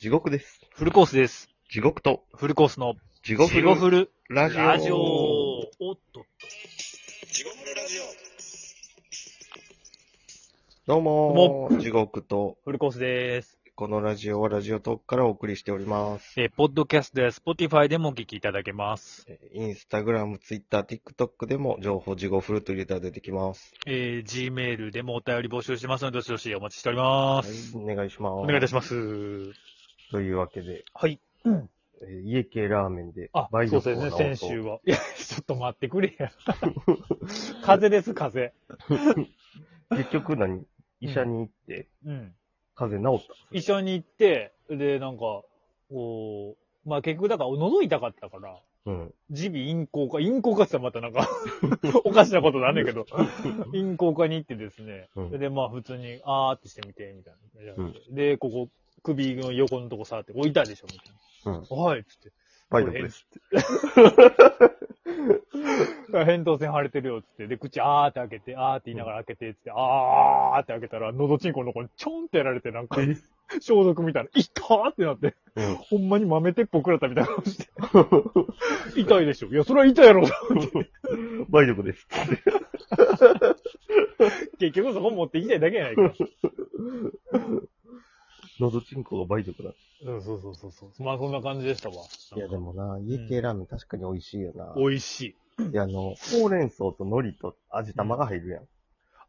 地獄です。フルコースです。地獄と、フルコースの、地獄ジゴフルラジオ。ラジオ。おっと。どうもど地獄と、フルコースです。このラジオはラジオトークからお送りしております。えーポッドキャストやスポティファイでもお聞きいただけます。えインスタグラム、ツイッター、ティックトックでも情報地獄フルと入れたら出てきます。えー、Gmail でもお便り募集してますので、どしどしお待ちしておりまはいす。、お願いします。お願いいたします。す。というわけで、はい。えー家系ラーメンであ、梅そう毒ですね、を先治そう週は。いや、ちょっと待ってくれや。 風邪です、風結局何医者に行って、邪。うん。風邪治っ一緒に行って、で、なんか、こう、まあ結局だから、喉痛かったから、た。うん。耳鼻咽喉科、咽喉科って言ったらまたなんか 、おかしなことなんだけど、咽喉科に行ってですね、うんで、まあ普通に、あーってしてみて、みたいな。うんで、ここ、首の横のとこ触って、置いたでしょ、みたいうん。な。はい、つって。梅毒です。扁桃腺腫れてるよ、つって。で、口あーって開けて、あーって言いながら開けて、つって、あーって開けたら、喉チンコの子にちょんってやられて、なんか、消毒みたいな、痛ーってなって、うん。ほんまに豆鉄砲食らったみたいな顔して。痛いでしょ。いや、それは痛いやろ、 梅毒です。結局そこ持っていきたいだけやないか。喉チンコが梅毒だ。うん、そうそうそうそう。まあそんな感じでしたわ。いやでもな、家系ラーメン確かに美味しいよな。美味しい。いや、あの、ほうれん草と海苔と味玉が入るやん。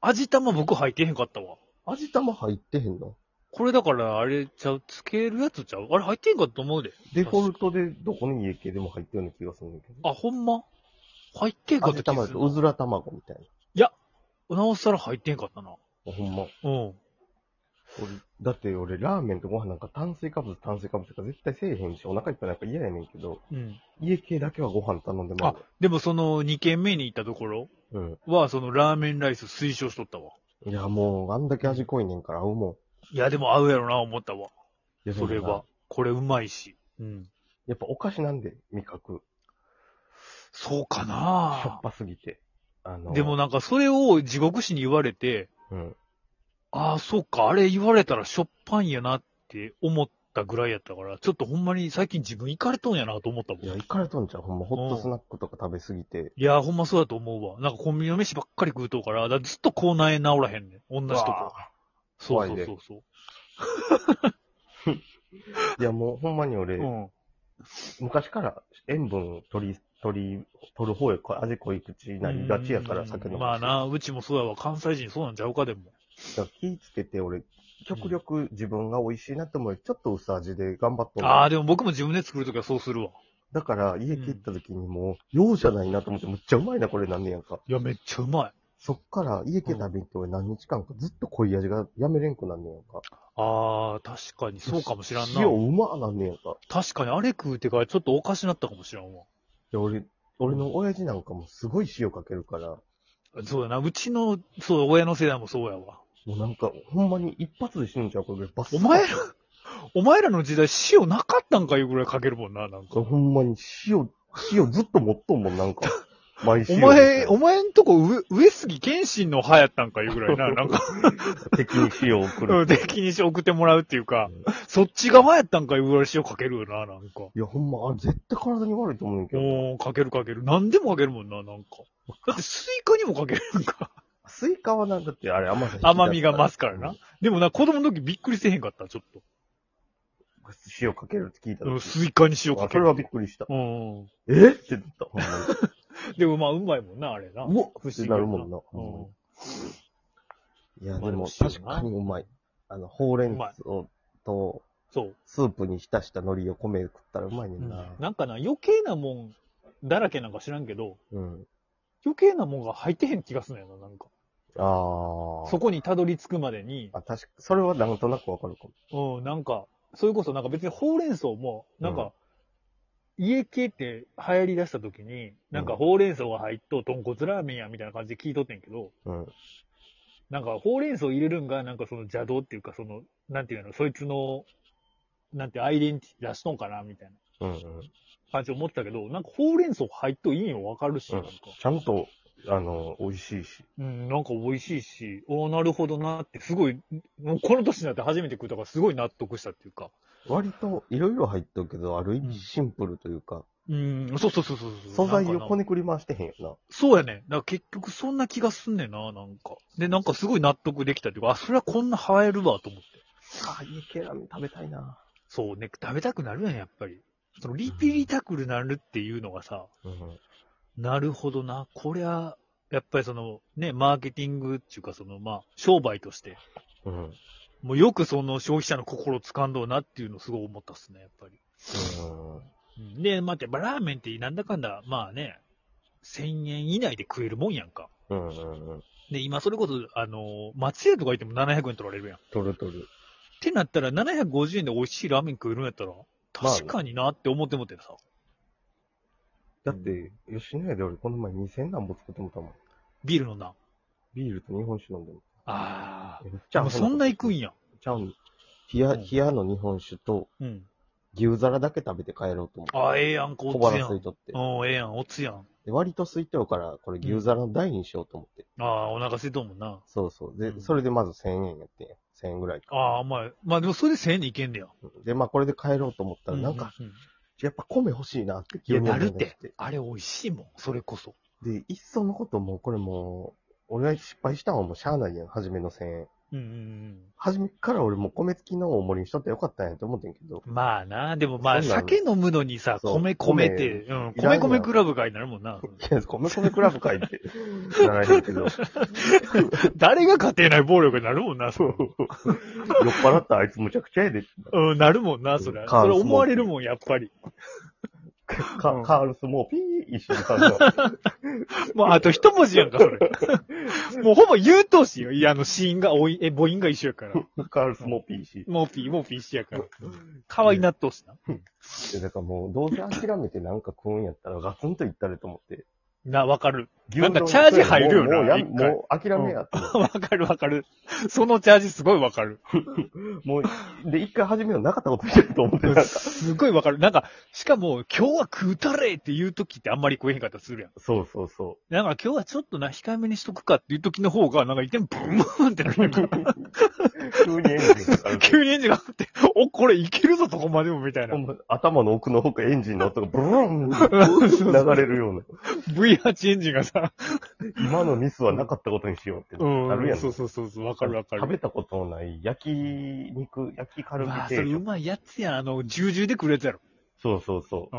味玉僕入ってへんかったわ。味玉入ってへんのこれだからあれちゃう、つけるやつちゃうあれ入ってへんかと思うで。デフォルトでどこの家系でも入ってるような気がするんだけど。あ、ほんま入ってへんかっ味た気玉がだすとるうずら卵みたいな。なおさら入ってへんかったな。な。ほんま。うん。俺だって俺、ラーメンとご飯なんか炭水化物、炭水化物とか絶対せえへんし、お腹いっぱいなんか嫌やねんけど、うん。家系だけはご飯頼んでもでもその2軒目に行ったところらう。は、そのラーメンライス推奨しとったわ。うん。いや、もう、あんだけ味濃いねんから合うもいや、でも合うやろな、思ったわ。ん。いやそれ。でもなは。これうまいし。うん。やっぱお菓子なんで、味覚。そうかしょっなぱすぎて。あの、でもなんかそれを地獄師に言われて、うん。ああ、そうか、あれ言われたらしょっぱいんやなって思ったぐらいやったから、ちょっとほんまに最近自分行かれとんやなと思ったもん。いいや、や、行かれとんちゃうほんま、ホットスナックとか食べすぎて、ほんまそうだと思うわ。なんかコンビニの飯ばっかり食うとうから、だからずっと口内炎治らへんねん。同じとこ。そうそうそうそう。いや、もうほんまに俺、うん。昔から塩分取り、取り、取る方へ味濃い口になりがちやから、酒飲むしまあ。な、うちもそうやわ。関西人そうなんちゃうか、でも。だから気ぃつけて、俺、極力自分が美味しいなって思うよりちょっと薄味で頑張っとんのああ、でも僕も自分で作るときはそうするわ。だから、家切った時にもう、用じゃないなと思って、むっちゃうまいな、これなんねやんか。いや、めっちゃうまい。そっから、家切食べに行って、俺何日間かずっと濃い味がやめれんくなんねやんか。ああ、確かに、そうかもしらんな塩。うまーなんねやんか。確かに、あれ食うてからちょっとおかしなったかもしらんわ。で、俺、俺の親父なんかもすごい塩かけるから、そうだな、うちの、そう、親の世代もそうやわ。もうなんか、ほんまに一発で死ぬんちゃうこれバッサおリ前ら、お前らの時代塩なかったんかいうぐらいかけるもんな、なんか。ほんまに塩、塩ずっと持っとんもん、なん か。毎週。お前、お前んとこ上、上杉謙信の派やったんかいうぐら いな、なんか、敵に塩を送うるん。敵にし送ってもらうっていうかうん、そっち側やったんかいうぐらい塩かけるよな、なんか。いや、ほんま、あれ絶対体に悪いと思うねんけど。おー、かけるかける。何でもかけるもんな、なんか。だってスイカにもかけるんか。スイカはなんだって、あれ甘さ引き出すから甘みが増すからな。。でもな、子供の時びっくりせへんかった、ちょっと。塩かけるって聞いた時うんスイカに塩かあけそる。れはびっくりした。うん。えって言った、ほんまでもまあ、うまいもんな、あれな。に。うわ不っ思て議なるもんな。うほんまんにいや、まあででもも確かにうまい。あの、ほうれん草と、そう。スープに浸した海苔を米で食ったらうまいねんな。なんかな、余計なもんだらけなんか知らんけど、うん。余計なもんが入ってへん気がするんやな、なんか。あーそこにたどり着くまでに、あ。確か、それはなんとなくわかるかも。うん、なんか、それこそなんか別にほうれん草も、なんか、家系って流行り出した時に、なんかほうれん草が入っと、豚骨ラーメンやみたいな感じで聞いとってんけど、うん。なんかほうれん草入れるんが、なんかその邪道っていうか、その、なんていうの、そいつの、なんてアイデンティティ出しとんかな、みたいなうんうん。感じで思ってたけど、なんかほうれん草入っといいんよ、わかるし、うなんんか。ちゃんとあの、美味しいし。うん、なんか美味しいし、おーなるほどなって、すごい、もうこの年になって初めて食ったから、すごい納得したっていうか。割といろいろ入っとるけど、ある意うん味シンプルというか、うん、そうそうそうそうそう。素材なんをかなこねくり回してへんよそうやね。なんか結局そんな気がすんねんな、なんか。で、なんかすごい納得できたっていうか、あ、それはこんな生えるわ、と思って。な。ああ、家系ラーメン食べたいな。そうね、食べたくなるやん、やっぱり。そのリピリタクルなるっていうのがさ、うん。なるほどな。こりゃ、やっぱりその、ね、マーケティングっていうか、その、まあ、商売として、うん。うん。もうよくその消費者の心を掴んどうなっていうのをすごい思ったっすね、やっぱり。うんで、まあ、やっぱラーメンってなんだかんだ、まあね、1000円以内で食えるもんやんか。うんうんうん。で、今それこそ、あの、松屋とか行っても700円取られるやん。っとるとる。てなったら、750円で美味しいラーメン食えるんやったら、まあ確かになって思ってもってさ。だって、吉野家で俺この前2000何本作ってもたもん。ビール飲んだん。ビールと日本酒飲んでも。ああ。めっちじゃゃあ、アホそんな行くんや。や。ちゃうん。冷や、うん冷やの日本酒とうん。牛皿だけ食べて帰ろうと思って。ああ、ええやん、こ小っちや腹空ん。ういとって。ん、ええやん、おつやん。で割と空いてるから、これ牛皿の台にしようと思って。ああ、お腹空いとんもんな。そうそう。うで、んそれでまず1000円やってんや。1000円ぐらいか。ああ、まあ、まあでもそれで1000円でいけんねや。で、まあこれで帰ろうと思ったら、なんか、うんうんやっぱ米欲しいなってい急や、にな思いる出っしてて。。あれ美味しいもん、それこそ。で、いっそのこともうこれもう、俺が失敗したのはもうしゃあないやん、初めの1000円。うんうん初めから俺もう米付きの大盛りにしとってよかったんやと思ってんけど、うん。まあな、でもまあ、そんなん酒飲むのにさ、そう米米って、うん、いらん米やん米クラブ会になるもんな。い や、米米クラブ書いて、ならへんけど、酔っ誰が家庭内暴力になるもんな、そう。払ったあいつむちゃくちゃやで。うん、なるもんな、それ。うんそれ思われるもん、やっぱり。カうんカールスもうピー一緒に感じた。もうあと一文字やんか、それ。もうほぼ優等しよ。いや、あの、子音が多い、え、母音が一緒やから。 カールスもうピーし。モーピー、モーピー一緒やから。可愛いなってほしいな。でだからもう、どうせ諦めてなんか食うんやったらガツンといったれと思って。な、わかる。 なんかチャージ入るよなもうもうや一回もう諦めやって。わかるわかる。そのチャージすごいわかる。もう、で、一回始めるのなかったことしてると思って、なんか。すごいわかる。なんか、しかも、今日は食うたれっていう時ってあんまり食えへんかったりするやん。そうそうそなんか今日はちょっとな、控えめにしとくかっていう時の方が、なんか一見ブーンってなるやん か。う。急にエンジンかかる急にエンジンがあって、お、これいけるぞ、どこまでもみたいなほ。んま頭の奥の方からエンジンの音がブルーン流れるような。 V8 エンジンがさ、今のミスはなかったことにしようってうん。なるやん。そうそうそうそう、わかるわかる。食べたことのない焼き肉、焼きカルビまあ、そ定れう食。まいやつやん。あの、重々で食るやつやろ。そうそうそう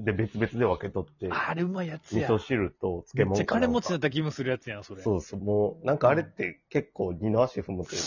う。で、別々で分けとってん。、あれうまいやつ味や。噌汁と漬めっ物ちゃか金なん持ちになか。った気もするやつやん、それ。そうそう。もう、なんかあれって結構二の足踏むというか、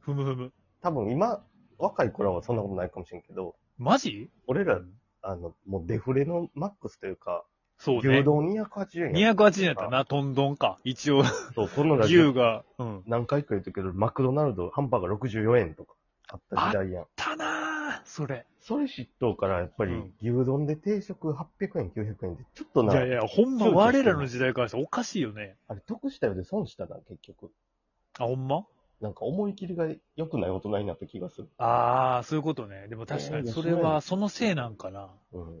ふむふむ。多分今、若い子らはそんなことないかもしれんけど、マジ俺ら、あの、もうデフレのマックスというか、そうね牛。丼280円やん。 280円やったな、トンドンか。一応、そう、このラジオ牛が。うん。何回か言ったけど、マクドナルド、ハンバーガー64円とかあった時代やん。たなーそれ。それ知っとうから、やっぱうりん牛丼で定食800円、900円で、ちょっといな、やいや、ほんまそうですよ我らの時代からしたらおかしいよね。あれ得したようで損したな、結局。あ、ほんまなんか思い切りが良くない大人になった気がする。ああ、そういうことね。でも確かに、それは、そのせいなんかな。うんう。ん。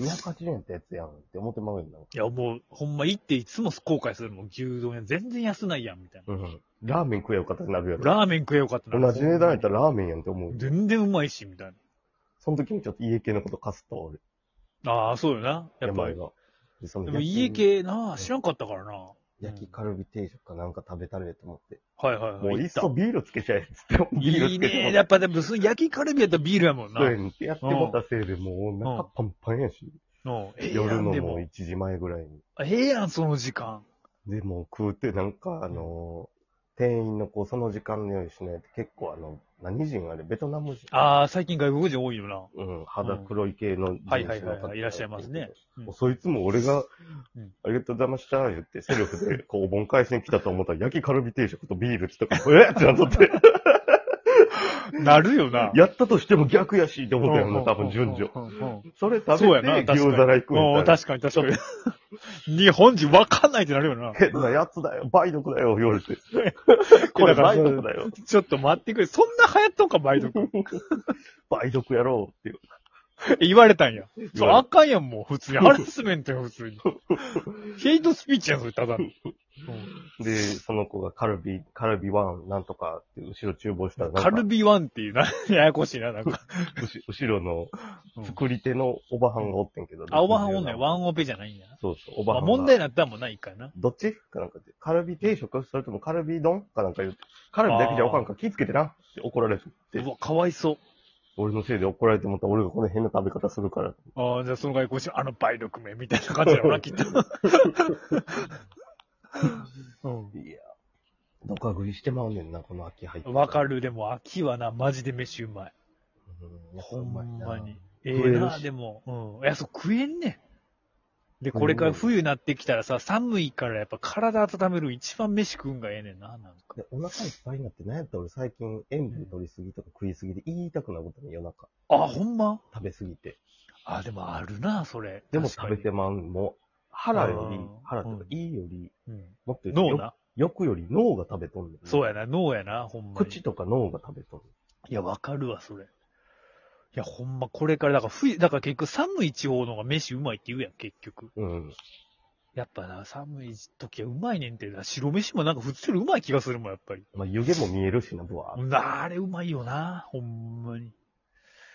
280円ってやつやんって思ってまうよ、なんか。いや、もう、ほんま行っていつも後悔するもん。牛丼や全然安ないやん、みたいな。うん。ラーメン食えよかったになるやろ。ラーメン食えよかったな。同じ値段やったらラーメンやんって思う。全然うまいし、みたいその時にちょっと家系のことかすったわ俺。な。ああ、そうよな。やっぱ病。が。で、そでのも家系な、知らんかったからな。は焼きカルビ定食かなんか食べたれと思って。いはいはい。もういっそ行っビールつけちゃえっつって、たビールいいつけてね。やっぱでも、その焼きカルビやったらビールやもんな。そうやねんやってもったせいで、もうお腹パンパンやし、うん。ええや夜ん、のでもうも。 1時前ぐらいに。ええやん、その時間。で、もう食うて、なんか、あのー店員の子、その時間の用意しないと、結構あの、何人あれ、ベトナム人。ああ、最近外国人多いよな。うん、肌黒い系の人はい種の方はいはいはいいらっしゃいますねうんもうそいつも俺がうん、ありがとうございました、言って、セルフ で、こう、お盆返しに来たと思ったら、焼きカルビ定食とビールって言ったから、えってなっとって、 なるよな。やったとしても逆やしってうん思うっんたようんうん、な、多分順序。うんうんそれそう食やなべて、確かに牛皿行くんやうん、ったら確かに確かに。 日本人わかんないってなるよな。変なやつだよ、梅毒だよ、言われ て。ここれれから梅毒だよ、ちょっと待ってくれ。そんな流行っとんか、バイト。梅毒やろうっていう。言われたんや。そ言う、わあれかんやん、もう、普通に。ハラスメントやん、普通に。ヘイトスピーチやん、それ、 ただの。で、その子がカルビ、カルビワンなんとかって後ろ厨房したらなんか、カルビワンっていう、な、 ややこしいな、なんか。うし後ろの作り手のおばはんがおってんけど。あ、おばはんおんない。ワン。ワンオペじゃないんや。そうそう、おばまはんあ、が。問題になったんもないかな。どっちかなんかで、カルビ定食それともカルビ丼かなんか言うて、カルビだけじゃおかんから気ぃつけてなって怒られるってう。わ、かわいそう。俺のせいで怒られてもった俺がこの変な食べ方するから。ああ、じゃあその外交しあの梅毒名みたいな感じだ ろうな、きっと。ういや、どか食いしてまうねんな、この秋入って。ん。わかる。る。でも秋はな、マジで飯うまい。うん、やっぱほうんまいなまに。。ええ食えるしな、でも。うん。いや、そう、食えんねん。で、これかうらん冬になってきたらさ、寒いからやっぱ体温める一番飯食うんがええねんな、なんか。でお腹いっぱいになって、なんやったら俺最近塩分取りすぎとか食いすぎで言いたくなることに夜中あ、ほんま食べすぎて。あ、でもあるな、それ。でも食べても。まうもう、腹よりうん、腹とかいいより、うん。もっと言うと脳な。欲より脳が食べとんねん。そうやな、脳やな、ほんまに。口とか脳が食べとんねん。いや、わかるわ、それ。いや、ほんま、これから、だから冬、だから結局寒い地方の方が飯うまいって言うやん、結局。うん。やっぱな、寒い時はうまいねんってな、白飯もなんか普通よりうまい気がするもん、やっぱり。まあ、湯気も見えるしな、ぶわーっとなあれうまいよな、ほんまに。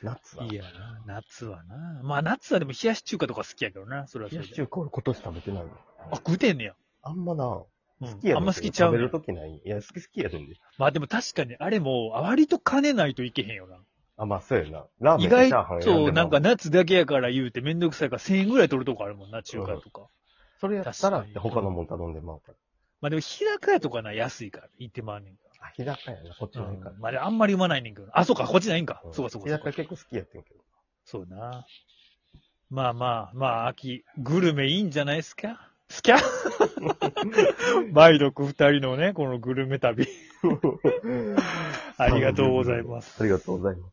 夏はいやな、夏はな。まあ夏はでも冷やし中華とか好きやけどな、それはそ冷れやしで中華俺今年食べてないの。あ、食うてんねや。あんまな、好うきん、やねんけどあんま好きちゃう食べねんるときない。いや、好き好きやねんで。まあでも確かに、あれも、割と兼ねないといけへんよな。あ、まあ、そうやな。ラーメ意ンとチ外ャーハン選んと、でなんか夏だけやから言うてめんどくさいから1000円ぐらい取るとこあるもんな、中華とか。それやったらっ確てかに他のもん頼んでまうから。まあでも、日高屋とかな、安いから、行ってまわんねんかあ、日高やな、こっちら。のいから。まあでもあんまり産まないねんけど。あ、そうか、こっちないんか。んそうか、そう日かそうか高。結構好きやってんけど。そうな。まあまあ、まあ、秋、グルメいいんじゃないですかスキャ梅毒二人 のね、このグルメ旅。ありがとうございま す。ありがとうございます。